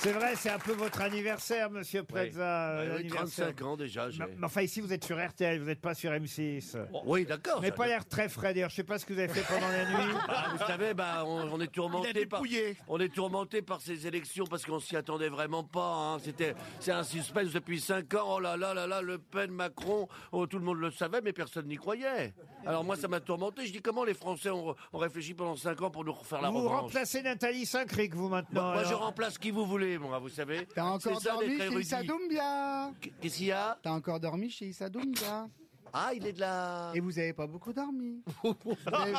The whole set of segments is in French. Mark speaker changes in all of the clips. Speaker 1: C'est vrai, c'est un peu votre anniversaire, monsieur Preza.
Speaker 2: Ouais,
Speaker 1: euh,
Speaker 2: oui,
Speaker 1: l'anniversaire.
Speaker 2: 35 ans déjà. j'ai-
Speaker 1: Mais mais enfin, ici, vous êtes sur RTL, vous n'êtes pas sur M6.
Speaker 2: Oui, d'accord.
Speaker 1: Vous n'avez
Speaker 2: ça-
Speaker 1: pas l'air très frais, d'ailleurs. Je sais pas ce que vous avez fait pendant la nuit.
Speaker 2: Bah, vous savez, bah, on, on est tourmenté par, on est tourmenté par ces élections parce qu'on s'y attendait vraiment pas. hein. C'était, c'est un suspense depuis cinq ans. Oh là là là là, Le Pen, Macron, oh, tout le monde le savait, mais personne n'y croyait. Alors moi, ça m'a tourmenté. Je dis comment les Français ont, ont réfléchi pendant cinq ans pour nous refaire la
Speaker 1: Vous
Speaker 2: revanche.
Speaker 1: remplacez Nathalie Saint-Cric, vous, maintenant.
Speaker 2: Moi, je
Speaker 1: alors.
Speaker 2: remplace qui vous voulez, moi, vous savez.
Speaker 3: T'as encore
Speaker 2: C'est ça,
Speaker 3: dormi
Speaker 2: d'être
Speaker 3: chez
Speaker 2: érudit.
Speaker 3: Issa Doumbia
Speaker 2: Qu'est-ce qu'il y a
Speaker 3: T'as encore dormi chez Issa Doumbia
Speaker 2: Ah, il est de la.
Speaker 3: Et vous avez pas beaucoup dormi. vous, avez,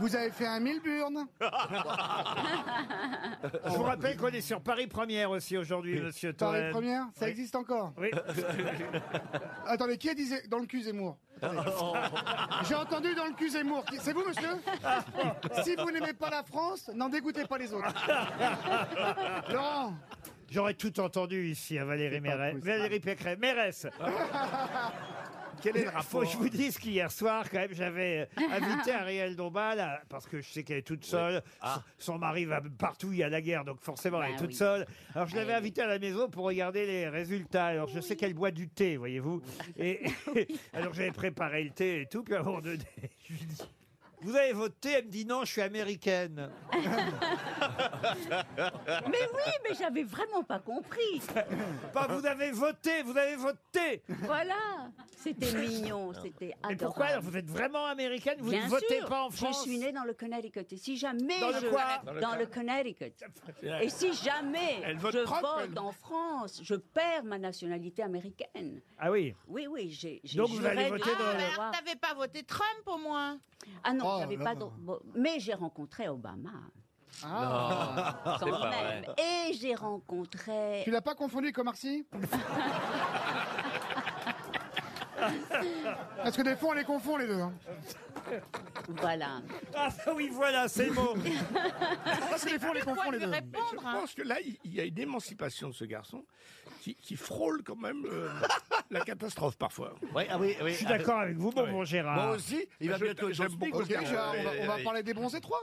Speaker 3: vous avez fait un mille burnes.
Speaker 1: Je vous rappelle qu'on est sur Paris Première aussi aujourd'hui, monsieur
Speaker 3: Paris
Speaker 1: Toen.
Speaker 3: première, ça
Speaker 1: Oui.
Speaker 3: existe encore.
Speaker 1: Oui.
Speaker 3: Attendez, qui a dit Zé- dans le cul Zemmour J'ai entendu dans le cul Zemmour. Qui- C'est vous, monsieur Si vous n'aimez pas la France, n'en dégoûtez pas les autres. Laurent,
Speaker 1: J'aurais tout entendu ici à Valérie Mérès.
Speaker 3: possible.
Speaker 1: Valérie Pécresse. Mérès. Quel est le rapport Faut que je vous dise qu'hier soir, quand même, j'avais euh, invité Ariel Dombal, à- parce que je sais qu'elle est toute seule. Son son mari va partout, il y a la guerre, donc forcément, elle est
Speaker 4: Bah
Speaker 1: toute
Speaker 4: oui.
Speaker 1: seule. Alors, je l'avais
Speaker 4: Eh oui.
Speaker 1: invitée à la maison pour regarder les résultats. Alors, je sais qu'elle boit du thé, voyez-vous. Et, alors, j'avais préparé le thé et tout, puis à un moment donné, je lui dis... Vous avez voté Elle me dit non, je suis américaine.
Speaker 4: Mais oui, mais j'avais vraiment pas compris.
Speaker 1: Pas vous avez voté, vous avez voté.
Speaker 4: Voilà, c'était mignon, c'était adorable.
Speaker 1: Mais pourquoi alors, Vous êtes vraiment américaine Vous
Speaker 4: Bien
Speaker 1: ne votez
Speaker 4: sûr,
Speaker 1: pas en France
Speaker 4: Je suis née dans le Connecticut. Et si jamais
Speaker 1: Dans le
Speaker 4: je
Speaker 1: quoi
Speaker 4: dans, le Connecticut. Et si jamais
Speaker 5: Elle vote
Speaker 4: je
Speaker 5: Trump,
Speaker 4: vote
Speaker 5: elle.
Speaker 4: en France, je perds ma nationalité américaine.
Speaker 1: Ah oui.
Speaker 4: Oui, oui, j'ai. j'ai
Speaker 1: Donc vous
Speaker 4: juré
Speaker 1: allez
Speaker 4: de
Speaker 1: voter
Speaker 4: ne
Speaker 1: dans
Speaker 4: pas
Speaker 1: le-
Speaker 4: le voir.
Speaker 6: Ah, t'avais pas voté Trump au moins
Speaker 4: Ah non,
Speaker 3: Oh
Speaker 4: j'avais
Speaker 3: là
Speaker 4: pas.
Speaker 3: là.
Speaker 4: de- bon, Mais j'ai rencontré Obama.
Speaker 3: hein
Speaker 1: Ah,
Speaker 4: quand
Speaker 2: pas
Speaker 4: même. Et j'ai rencontré.
Speaker 3: tu l'as pas confondu avec Omar Sy Parce que des fois, on les confond les deux. hein.
Speaker 4: Voilà.
Speaker 1: Ah oui, voilà, c'est bon.
Speaker 3: Parce que des fois, on Ah, les confond les deux.
Speaker 5: Je
Speaker 7: hein.
Speaker 5: pense que là, il il y a une émancipation de ce garçon qui, qui frôle quand même euh, la catastrophe parfois.
Speaker 2: Oui, ah oui, oui.
Speaker 1: Je suis d'accord avec vous, mon bon Gérard.
Speaker 2: Moi aussi, il va
Speaker 5: Je-
Speaker 2: bientôt être au
Speaker 5: j'aime
Speaker 2: SMIC,
Speaker 5: beaucoup
Speaker 2: le
Speaker 3: Ok,
Speaker 2: garçon.
Speaker 3: Gérard, on va, on
Speaker 5: Euh,
Speaker 3: va parler des bronzés 3.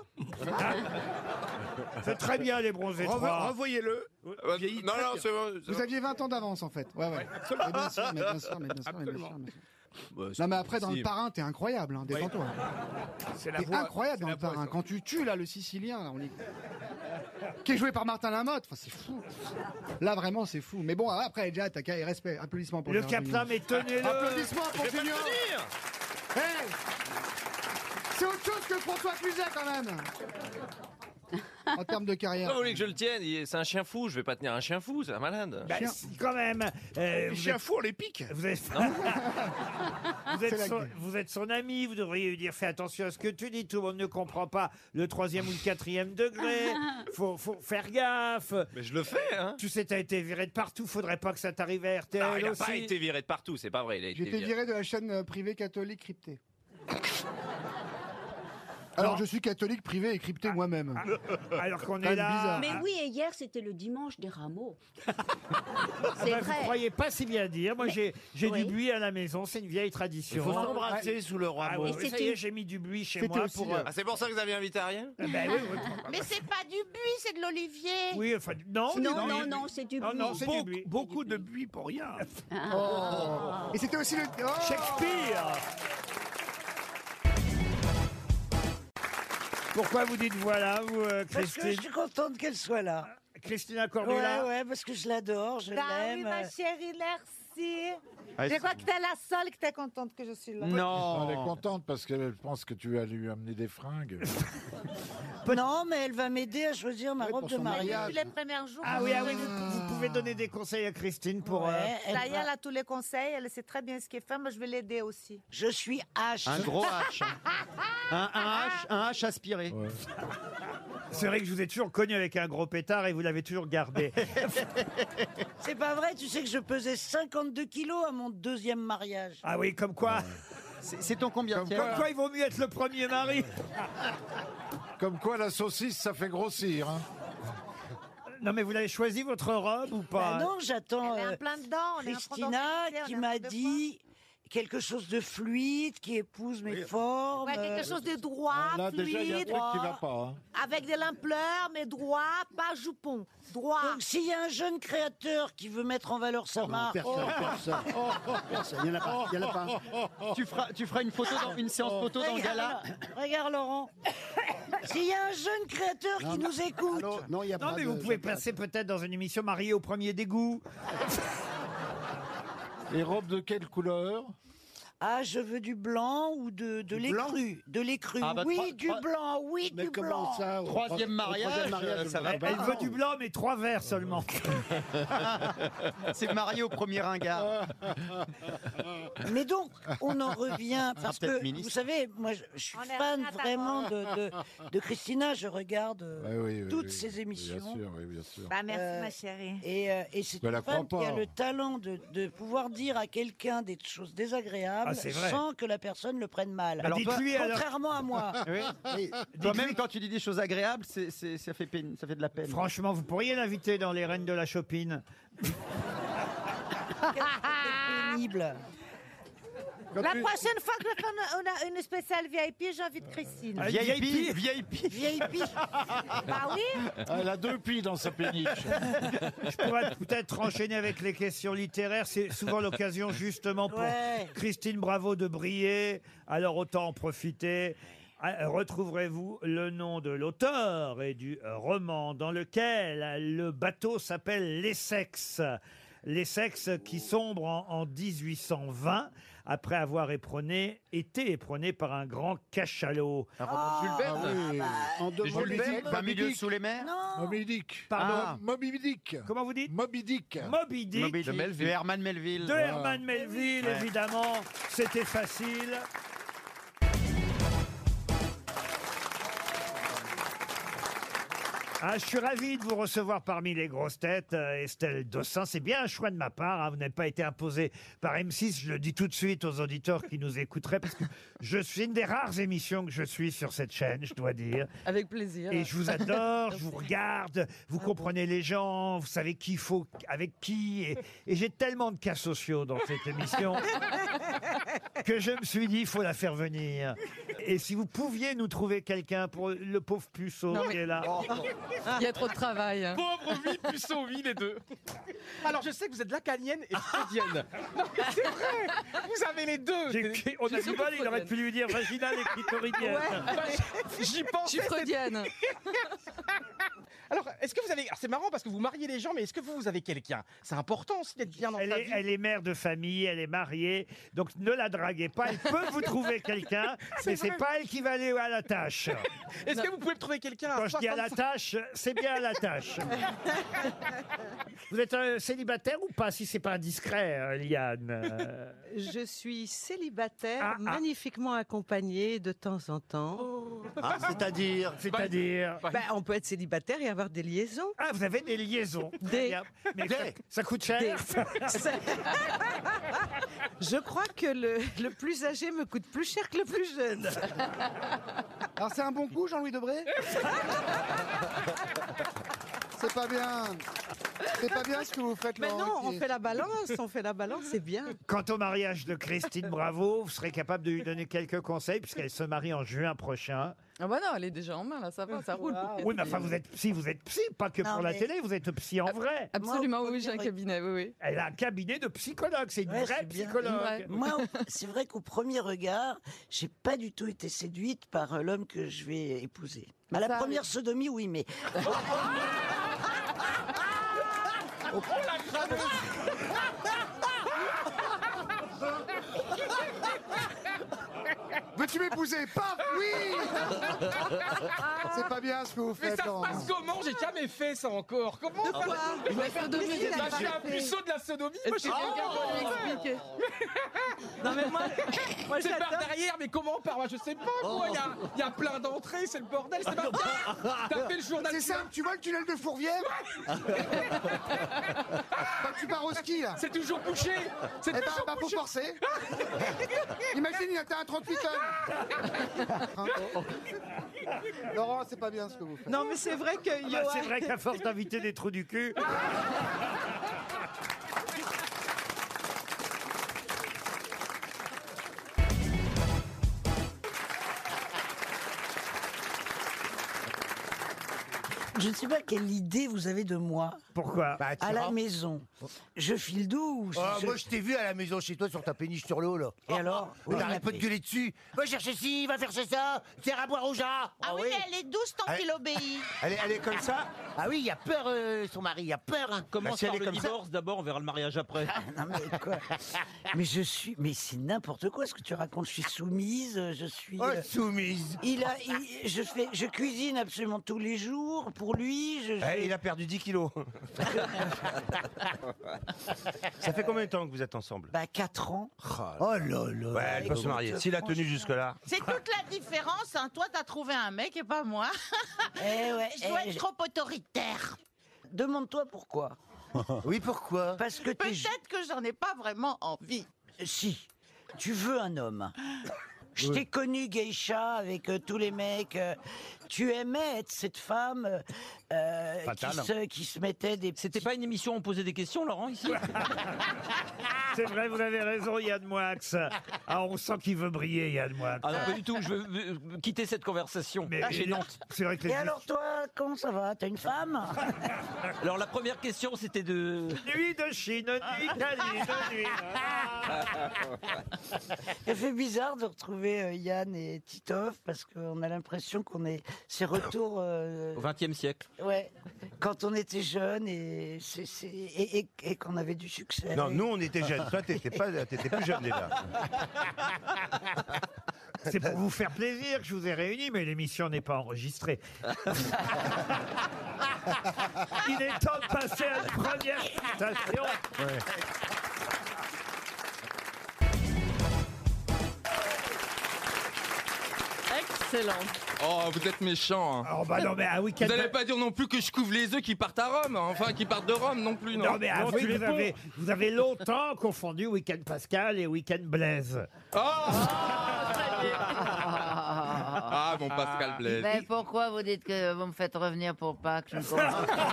Speaker 1: C'est très bien les bronzés
Speaker 5: Revo-
Speaker 1: trois.
Speaker 5: Revoyez-le.
Speaker 8: Euh,
Speaker 5: Vieillit
Speaker 8: non,
Speaker 5: très
Speaker 8: non,
Speaker 5: bien.
Speaker 8: c'est bon. c'est
Speaker 3: Vous
Speaker 8: bon.
Speaker 3: aviez 20 ans d'avance, en fait. Ouais, ouais. Mais bien sûr, mais bien sûr, mais bien sûr, mais bien sûr.
Speaker 5: Absolument.
Speaker 3: mais bien sûr.
Speaker 8: Bah, c'est
Speaker 3: Non, mais après, dans le
Speaker 8: possible.
Speaker 3: parrain, t'es incroyable, hein, détends-toi.
Speaker 5: C'est la
Speaker 3: T'es
Speaker 5: voix.
Speaker 3: incroyable
Speaker 5: c'est
Speaker 3: dans
Speaker 5: la
Speaker 3: le
Speaker 5: voix,
Speaker 3: parrain.
Speaker 5: ça.
Speaker 3: Quand tu tues, là, le Sicilien, là, on est... qui est joué par Martin Lamotte, enfin, c'est fou. Là, vraiment, c'est fou. Mais bon, après, déjà, t'as qu'à et respect. Applaudissements pour
Speaker 1: Le
Speaker 3: Gérard
Speaker 1: Kaplan,
Speaker 3: Jugnot.
Speaker 1: mais tenez-le.
Speaker 3: Applaudissements pour Junior. Hey c'est autre chose que François Cluzet, quand même. En termes de carrière.
Speaker 8: Pourquoi vous voulez que je le tienne Il- C'est un chien fou, je vais pas tenir un chien fou, c'est un malade.
Speaker 1: Bah,
Speaker 3: Chien.
Speaker 1: si, quand même. Euh,
Speaker 5: Les
Speaker 1: vous
Speaker 5: chiens
Speaker 1: êtes,
Speaker 5: fourrent les pics.
Speaker 1: vous êtes- Vous êtes
Speaker 3: C'est la
Speaker 1: son,
Speaker 3: gueule.
Speaker 1: vous êtes son ami, vous devriez lui dire fais attention à ce que tu dis, tout le monde ne comprend pas le troisième ou le quatrième degré, faut, faut faire gaffe.
Speaker 8: Mais je le fais, hein
Speaker 1: Tu sais, t'as été viré de partout, faudrait pas que ça t'arrive à RTL
Speaker 8: Ah, il a
Speaker 1: aussi.
Speaker 8: pas été viré de partout, c'est pas vrai. Il a été
Speaker 3: J'étais
Speaker 8: viré.
Speaker 3: viré de la chaîne euh, privée catholique cryptée. Alors, je suis catholique privé et
Speaker 9: Ah.
Speaker 3: crypté moi-même.
Speaker 1: Alors qu'on
Speaker 3: Quand
Speaker 1: est
Speaker 3: même
Speaker 1: là.
Speaker 3: bizarre.
Speaker 4: Mais oui, et hier, c'était le dimanche des rameaux. C'est
Speaker 1: Bah, Ah vous
Speaker 4: vrai.
Speaker 1: croyez pas si bien dire. Moi, j'ai j'ai
Speaker 4: Oui.
Speaker 1: du buis à la maison, c'est une vieille tradition.
Speaker 2: Il faut s'embrasser sous le
Speaker 1: Ah
Speaker 2: rameau.
Speaker 1: ouais,
Speaker 4: Et c'est
Speaker 1: ça y est,
Speaker 4: une-
Speaker 1: j'ai mis du buis chez
Speaker 3: C'était
Speaker 1: moi
Speaker 3: aussi,
Speaker 1: pour.
Speaker 3: euh,
Speaker 1: euh,
Speaker 8: Ah, c'est pour ça que vous avez invité Ariel
Speaker 1: ben oui, oui,
Speaker 6: hein. Mais c'est pas du buis, c'est de l'olivier.
Speaker 1: oui, enfin, non,
Speaker 4: Non, non, non, c'est du
Speaker 1: Non, non,
Speaker 4: buis.
Speaker 1: c'est du
Speaker 5: Beaucoup,
Speaker 1: buis.
Speaker 5: beaucoup de buis pour rien.
Speaker 9: Ah.
Speaker 3: Et c'était aussi le. Oh
Speaker 1: Shakespeare. Pourquoi vous dites voilà, vous, euh,
Speaker 10: Parce que je
Speaker 1: Christine Euh,
Speaker 10: suis contente qu'elle soit là.
Speaker 1: Christina
Speaker 10: Ouais,
Speaker 1: Cordula
Speaker 10: ouais, parce que je l'adore, je
Speaker 11: Bah oui,
Speaker 10: l'aime.
Speaker 11: ma chérie, merci.
Speaker 3: Ah,
Speaker 11: je crois que t'es la seule qui t'es contente que je suis là.
Speaker 7: Elle est contente parce qu'elle pense que tu vas lui amener des fringues.
Speaker 10: Non, mais elle va m'aider à choisir ma robe de mariage.
Speaker 11: Tous les premiers jours.
Speaker 1: Ah oui, ah oui, vous, vous pouvez donner des conseils à Christine pour. euh,
Speaker 10: Ouais, elle
Speaker 11: D'ailleurs,
Speaker 10: va-
Speaker 11: elle a tous les conseils, elle sait très bien ce qu'elle fait, mais je vais l'aider aussi.
Speaker 10: Je suis
Speaker 7: Ah,
Speaker 10: H.
Speaker 3: Hein
Speaker 1: C'est vrai que je vous ai toujours connu avec un gros pétard et vous l'avez toujours gardé.
Speaker 10: C'est pas vrai, tu sais que je pesais 52 kilos à mon deuxième mariage.
Speaker 1: ah oui, comme quoi,
Speaker 3: Comme
Speaker 1: comme
Speaker 3: quoi,
Speaker 1: quoi, il vaut mieux être le premier mari.
Speaker 7: Comme quoi, la saucisse, ça fait grossir. hein.
Speaker 1: Non, mais vous l'avez choisi votre robe ou pas
Speaker 10: Bah non, j'attends
Speaker 11: Elle est
Speaker 10: euh,
Speaker 11: en plein dedans. on est en train d'en
Speaker 10: Christina
Speaker 11: discuter, on est
Speaker 10: qui
Speaker 11: en
Speaker 10: m'a
Speaker 11: train de
Speaker 10: dit quelque chose de fluide qui épouse mes formes.
Speaker 11: Ouais, quelque chose de droit,
Speaker 7: Ah, Là, déjà, il y a un
Speaker 11: fluide,
Speaker 7: truc qui va pas. hein.
Speaker 11: avec de l'ampleur, mais droit, pas jupon. Droit.
Speaker 10: Donc s'il y a un jeune créateur qui veut mettre en valeur sa
Speaker 3: Ah.
Speaker 10: marque,
Speaker 9: personne,
Speaker 3: Oh.
Speaker 9: personne. Personne, il y en a pas, il y en a pas. Tu feras, tu feras une photo, dans, une séance photo dans le gala.
Speaker 10: Regarde Laurent. S'il y a un jeune créateur qui nous écoute.
Speaker 9: non, il y a
Speaker 1: Non,
Speaker 9: pas
Speaker 1: mais
Speaker 9: de-
Speaker 1: vous pouvez passer peut-être dans une émission mariée au premier dégoût.
Speaker 7: Les robes de quelle couleur
Speaker 10: Ah, je veux du blanc ou de, de l'écru. De l'écru.
Speaker 9: Ah, bah,
Speaker 10: oui,
Speaker 9: trois-
Speaker 10: du
Speaker 9: trois-
Speaker 10: blanc,
Speaker 3: Oh.
Speaker 10: oui, du blanc.
Speaker 9: au- Troisième au- au mariage, troisième mariage, euh, ça va
Speaker 1: Elle
Speaker 9: pas.
Speaker 1: elle veut du blanc, mais trois verres seulement.
Speaker 9: C'est marié au premier ringard.
Speaker 10: Mais donc, on en revient parce
Speaker 9: Peut-être
Speaker 10: que,
Speaker 9: ministre.
Speaker 10: vous savez, moi, je, je suis
Speaker 11: On est
Speaker 10: fan
Speaker 11: rien à ta
Speaker 10: vraiment de,
Speaker 11: mort.
Speaker 10: de- de Christina. Je regarde
Speaker 9: Bah
Speaker 10: euh,
Speaker 7: Oui, oui, oui,
Speaker 10: toutes
Speaker 7: oui.
Speaker 10: ses émissions.
Speaker 7: Bien sûr, oui, bien sûr.
Speaker 11: Bah, merci,
Speaker 10: Euh,
Speaker 11: ma chérie.
Speaker 10: Et, euh, et c'est
Speaker 7: Je la
Speaker 10: une femme
Speaker 7: crois
Speaker 10: qui a
Speaker 7: pas.
Speaker 10: le talent de, de pouvoir dire à quelqu'un des choses désagréables
Speaker 1: Ah, c'est vrai.
Speaker 10: sans que la personne le prenne mal.
Speaker 1: Alors, dites-lui, alors.
Speaker 10: contrairement à moi.
Speaker 9: Oui. Toi-même, quand tu dis des choses agréables, c'est- c'est- ça, fait peine- ça fait de la peine.
Speaker 1: Franchement, vous pourriez l'inviter dans les reines de la Chopine.
Speaker 10: c'est pénible.
Speaker 11: La prochaine fois que on a- on a une spéciale VIP, j'invite Christine.
Speaker 1: Ah,
Speaker 9: VIP,
Speaker 1: VIP.
Speaker 9: VIP.
Speaker 10: VIP.
Speaker 11: Bah oui,
Speaker 7: Ah, Elle a deux pieds dans sa péniche.
Speaker 1: Je pourrais peut-être enchaîner avec les questions littéraires. C'est souvent l'occasion justement pour
Speaker 10: Ouais.
Speaker 1: Christine Bravo de briller. Alors autant en profiter. Ah, Retrouverez-vous le nom de l'auteur et du euh, roman dans lequel le bateau s'appelle L'Essex. L'Essex qui sombre en, en 1820 après avoir épronné, été épronné par un grand cachalot.
Speaker 9: Un roman de Jules Verne.
Speaker 10: bah,
Speaker 9: En deux
Speaker 8: Jules
Speaker 9: Moby
Speaker 8: Verne,
Speaker 9: Dick,
Speaker 8: pas
Speaker 9: Moby
Speaker 8: milieu
Speaker 9: Dick.
Speaker 8: sous les mers
Speaker 10: non.
Speaker 7: Moby Dick.
Speaker 1: Pardon
Speaker 7: Ah, Moby Dick.
Speaker 1: Comment vous dites
Speaker 7: Moby Dick.
Speaker 1: Moby Dick.
Speaker 9: Moby Dick,
Speaker 8: De Melville.
Speaker 9: de Herman Melville.
Speaker 1: De Herman Melville,
Speaker 9: Ouais.
Speaker 1: évidemment. C'était facile. Ah, je suis ravi de vous recevoir parmi les grosses têtes, euh, Estelle Dossin. C'est bien un choix de ma part. hein. Vous n'avez pas été imposé par M6. Je le dis tout de suite aux auditeurs qui nous écouteraient, parce que je suis une des rares émissions que je suis sur cette chaîne, je dois dire.
Speaker 12: Avec plaisir.
Speaker 1: Et je vous adore, je vous regarde, vous comprenez les gens, vous savez qui il faut avec qui. Et, et j'ai tellement de cas sociaux dans cette émission que je me suis dit, il faut la faire venir. Et si vous pouviez nous trouver quelqu'un pour le pauvre puceau
Speaker 12: Non, mais- Oh.
Speaker 1: qui est là.
Speaker 12: Il y a trop de travail. hein.
Speaker 9: Pauvre vie, puceau, vie, les deux. Alors, je sais que vous êtes lacanienne et freudienne. Non, mais c'est vrai. Vous avez les deux.
Speaker 1: J'ai- On a
Speaker 12: Je suis
Speaker 1: du mal, il aurait
Speaker 12: freudienne.
Speaker 1: pu lui dire vaginale et clitoridienne.
Speaker 9: J'y
Speaker 12: Je
Speaker 9: pense.
Speaker 12: suis freudienne.
Speaker 9: Alors, est-ce que vous avez. Alors, c'est marrant parce que vous mariez les gens, mais est-ce que vous, vous avez quelqu'un C'est important aussi d'être bien dans
Speaker 1: Elle
Speaker 9: sa
Speaker 1: est,
Speaker 9: vie.
Speaker 1: elle est mère de famille, elle est mariée, donc ne la draguez pas. Elle peut vous trouver quelqu'un, mais c'est
Speaker 9: vrai.
Speaker 1: pas elle qui va aller à la tâche.
Speaker 9: Est-ce que vous pouvez me trouver quelqu'un à
Speaker 1: Quand je dis à la
Speaker 9: 65
Speaker 1: tâche, c'est bien à la tâche. Vous êtes euh, célibataire ou pas, si c'est pas indiscret, euh, Liane Euh,
Speaker 12: Je suis célibataire,
Speaker 1: Ah, Oh, ah.
Speaker 12: magnifiquement accompagnée de temps en temps.
Speaker 2: C'est-à-dire
Speaker 1: C'est-à-dire...
Speaker 12: Bah, on peut être célibataire et avoir des liaisons.
Speaker 1: Ah, vous avez des liaisons.
Speaker 12: Des.
Speaker 1: Très bien. Mais ça, ça coûte cher.
Speaker 12: C'est- Je crois que le, le plus âgé me coûte plus cher que le plus jeune.
Speaker 1: Ah,
Speaker 3: Alors c'est un bon coup, Jean-Louis Debré C'est pas bien. C'est pas bien ce que vous faites,
Speaker 12: Mais
Speaker 3: Laurent
Speaker 12: non, on
Speaker 3: Ruquier.
Speaker 12: fait la balance, on fait la balance, c'est bien.
Speaker 1: Quant au mariage de Christine Bravo, vous serez capable de lui donner quelques conseils, puisqu'elle se marie en juin prochain.
Speaker 12: Ah bah non, elle est déjà en main, là, ça va, ça roule.
Speaker 1: Oui, mais enfin, vous êtes psy, vous êtes psy, pas que
Speaker 10: Non,
Speaker 1: pour la
Speaker 10: mais-
Speaker 1: télé, vous êtes psy en vrai.
Speaker 12: Absolument,
Speaker 10: Moi, au
Speaker 12: oui, j'ai un
Speaker 10: premier-
Speaker 12: cabinet, oui, oui.
Speaker 1: Elle a un cabinet de psychologue, c'est une
Speaker 10: Ouais,
Speaker 1: vraie
Speaker 10: c'est bien.
Speaker 1: psychologue.
Speaker 12: Ouais.
Speaker 10: Moi, au- c'est vrai qu'au premier regard, j'ai pas du tout été séduite par euh, l'homme que je vais épouser. À la
Speaker 12: Ça,
Speaker 10: première sodomie, oui, mais
Speaker 3: Veux-tu m'épouser Paf Oui C'est pas bien ce que vous
Speaker 9: Mais
Speaker 3: faites,
Speaker 9: ça se
Speaker 3: Laurent.
Speaker 9: passe comment J'ai jamais fait ça encore. Comment
Speaker 12: De quoi La sodomie,
Speaker 9: Bah,
Speaker 12: elle a
Speaker 9: je suis
Speaker 12: pas
Speaker 9: un
Speaker 12: fait. Ah,
Speaker 9: puceau de la sodomie.
Speaker 12: Est-ce
Speaker 9: Moi, je
Speaker 12: que
Speaker 9: suis
Speaker 12: quelqu'un peut lui expliquer Non mais moi, moi
Speaker 9: C'est par
Speaker 12: j'adore. Oh.
Speaker 9: derrière, mais comment par moi Je sais pas, moi, il y a- il y, a plein d'entrées, c'est le bordel, c'est
Speaker 12: Ah,
Speaker 9: pas T'as fait le journal
Speaker 3: C'est
Speaker 9: du-
Speaker 3: simple, tu vois le tunnel de Fourvière Bah, Tu pars au ski, là.
Speaker 9: C'est toujours couché C'est
Speaker 3: Eh ben,
Speaker 9: toujours
Speaker 3: bah, faut
Speaker 9: couché
Speaker 3: forcer. Imagine, il atteint un 38 tonnes. Hein Laurent, c'est pas bien ce que vous faites.
Speaker 12: Non mais c'est vrai que
Speaker 1: Ah bah,
Speaker 12: Johan-
Speaker 1: c'est vrai qu'à force d'inviter des trous du cul.
Speaker 10: Je ne sais pas quelle idée vous avez de moi.
Speaker 1: Pourquoi
Speaker 10: À la maison. Je file doux.
Speaker 13: Ah, Moi, je t'ai vu à la maison chez toi sur ta péniche sur le haut, là.
Speaker 10: Et alors
Speaker 13: Mais
Speaker 10: Oui,
Speaker 13: T'arrêtes
Speaker 10: on
Speaker 13: pas
Speaker 10: a
Speaker 13: de
Speaker 10: fait.
Speaker 13: gueuler dessus. Va chercher ci, va chercher ça, sert à boire au chat. Ah,
Speaker 6: oui, mais elle est douce tant
Speaker 13: Elle-
Speaker 6: qu'il obéit.
Speaker 13: Elle est, elle est comme ça Ah oui, il a peur, euh, son mari, il a peur. hein.
Speaker 14: Commence
Speaker 13: Bah, si elle
Speaker 14: par
Speaker 13: est
Speaker 14: le
Speaker 13: comme ça-
Speaker 14: divorce d'abord, on verra le mariage après.
Speaker 10: Non mais quoi Mais je suis, mais c'est n'importe quoi ce que tu racontes. Je suis soumise, euh, je suis.
Speaker 13: Oh,
Speaker 10: euh,
Speaker 13: soumise.
Speaker 10: Il a, il- je fais, je cuisine absolument tous les jours pour lui. Je,
Speaker 15: Eh, il a perdu 10 kilos. Ça fait combien de temps que vous êtes ensemble
Speaker 10: Bah 4 ans.
Speaker 13: Oh là là.
Speaker 15: Ouais, elle peut se marier. S'il a tenu jusque-là.
Speaker 6: C'est toute la différence. hein. Toi, t'as trouvé un mec et pas moi.
Speaker 10: ouais,
Speaker 6: je dois
Speaker 10: eh,
Speaker 6: être trop autoritaire.
Speaker 10: Demande-toi pourquoi.
Speaker 13: Oui, pourquoi
Speaker 10: Parce que t'es.
Speaker 6: Peut-être que j'en ai pas vraiment envie.
Speaker 10: Si, tu veux un homme. Je t'ai connu geisha avec euh, tous les mecs. euh, tu aimais être cette femme euh, euh, qui,
Speaker 14: Fatale.
Speaker 10: se, qui se mettait des.
Speaker 14: C'était pas une émission où on posait des questions, Laurent, ici
Speaker 1: C'est vrai, vous avez raison, Yann Moix. Ah, on sent qu'il veut briller, Yann Moix.
Speaker 14: Ah non, pas du tout, je veux euh, quitter cette conversation Ah,
Speaker 1: Mais-
Speaker 14: gênante.
Speaker 1: C'est vrai que les
Speaker 10: ah, Et alors toi, comment ça va T'as une femme
Speaker 14: Alors la première question, c'était de...
Speaker 1: Nuit de Chine, nuit d'Italie, de nuit. hein.
Speaker 10: Ça fait bizarre de retrouver euh, Yann et Titov parce qu'on a l'impression qu'on est ces retours. euh,
Speaker 14: Au XXe siècle.
Speaker 10: ouais, quand on était jeune et, c'est- c'est- et, et- et qu'on avait du succès.
Speaker 15: Non, nous, on était jeunes. Toi, t'étais pas- t'étais plus jeune déjà.
Speaker 1: C'est pour vous faire plaisir que je vous ai réunis, mais l'émission n'est pas enregistrée. Il est temps de passer à la première citation.
Speaker 16: Excellent. Oh, vous êtes méchant. hein.
Speaker 1: bah non, mais à week-end-
Speaker 16: Vous n'allez pas dire non plus que je couvre les œufs qui partent à Rome, hein. enfin qui partent de Rome non plus. Non,
Speaker 1: Non, mais avouez que vous, avez, vous avez longtemps confondu Week-end Pascal et Week-end Blaise.
Speaker 16: Ah, mon Pascal Blaise.
Speaker 13: Ben,
Speaker 17: Mais pourquoi vous dites que vous me faites revenir pour Pâques Je ne comprends pas.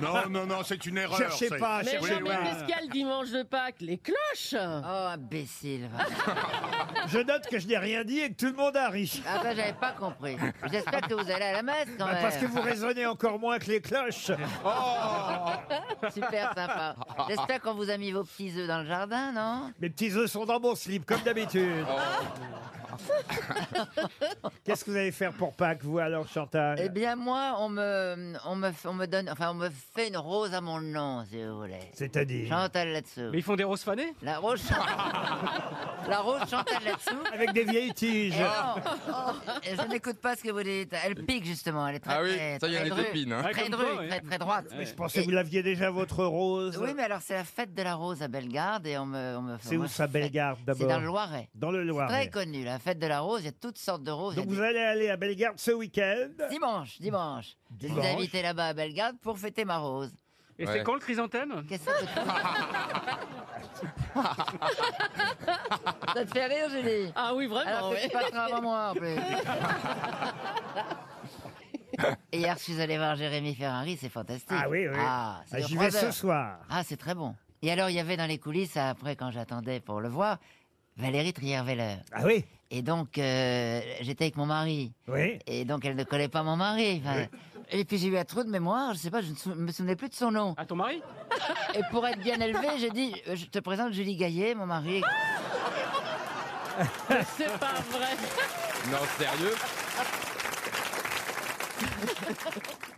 Speaker 18: Non, non, non, c'est une erreur.
Speaker 1: Cherchez
Speaker 18: c'est-
Speaker 1: pas,
Speaker 18: Oui,
Speaker 17: cherchez
Speaker 18: oui. Mais
Speaker 17: pas. qu'est-ce
Speaker 18: qu'est-ce
Speaker 17: qu'il
Speaker 18: qu'il
Speaker 17: y a le dimanche de Pâques Les cloches Oh, imbécile. va.
Speaker 1: Je note que je n'ai rien dit et que tout le monde a ri.
Speaker 17: Ah ben, j'avais pas compris. J'espère que vous allez à la messe quand
Speaker 1: Bah,
Speaker 17: même.
Speaker 1: parce que vous raisonnez encore moins que les cloches.
Speaker 17: Super sympa. J'espère qu'on vous a mis vos petits œufs dans le jardin, non
Speaker 1: Mes petits œufs sont dans mon slip, comme d'habitude. Qu'est-ce que vous allez faire pour Pâques, vous, alors, Chantal
Speaker 17: Eh bien, moi, on me, on me, on me donne, enfin, on me fait une rose à mon nom, si vous voulez.
Speaker 1: C'est-à-dire
Speaker 17: Chantal là-dessous.
Speaker 1: Mais ils font des roses fanées
Speaker 17: La rose, la rose Chantal là-dessous.
Speaker 1: Avec des vieilles tiges.
Speaker 17: Et non, et je n'écoute pas ce que vous dites. Elle pique justement, elle est très
Speaker 16: Ah oui,
Speaker 17: très,
Speaker 16: ça y est,
Speaker 17: très
Speaker 16: elle est
Speaker 17: drue,
Speaker 16: épine, hein.
Speaker 17: Très,
Speaker 16: Ouais, comme
Speaker 17: drue,
Speaker 16: toi, ouais.
Speaker 17: très, très droite.
Speaker 1: Mais je pensais que vous l'aviez déjà, votre rose.
Speaker 17: eh. Oui, mais alors c'est la fête de la rose à Bellegarde et on me, on me
Speaker 1: C'est
Speaker 17: on
Speaker 1: où
Speaker 17: me
Speaker 1: ça,
Speaker 17: fait-
Speaker 1: Bellegarde, d'abord
Speaker 17: C'est dans le Loiret.
Speaker 1: Dans le
Speaker 17: Très
Speaker 1: Loiret.
Speaker 17: connu, la fête de la rose, il y a toutes sortes de roses.
Speaker 1: Donc vous allez aller à Bellegarde ce week-end
Speaker 17: Dimanche, dimanche. Je vous
Speaker 1: Dimanche.
Speaker 17: invité là-bas à Bellegarde pour fêter ma rose.
Speaker 1: Et c'est Ouais. quand
Speaker 17: le chrysanthème Qu'est-ce que tu- Ça te fait rire, Julie Ah oui,
Speaker 16: vraiment,
Speaker 17: Alors que
Speaker 16: oui.
Speaker 17: tu passeras avant moi, en plus. Et Hier, je suis allé voir Jérémy Ferrari, c'est fantastique.
Speaker 1: Ah oui, oui.
Speaker 17: Ah, c'est
Speaker 1: Ah,
Speaker 17: dans
Speaker 1: J'y
Speaker 17: trois
Speaker 1: vais ce
Speaker 17: heures.
Speaker 1: soir.
Speaker 17: Ah, c'est très bon. Et alors, il y avait dans les coulisses, après, quand j'attendais pour le voir, Valérie Trierweiler.
Speaker 1: Ah oui
Speaker 17: Et donc, euh, j'étais avec mon mari.
Speaker 1: Oui.
Speaker 17: Et donc, elle ne connaît pas mon mari. enfin. Et puis, j'ai eu un trou de mémoire, je sais pas, je ne sou- me souvenais plus de son nom. À ton mari Et pour être bien élevé, j'ai dit, euh, je te présente Julie Gaillet, mon mari.
Speaker 16: C'est pas vrai. Non, sérieux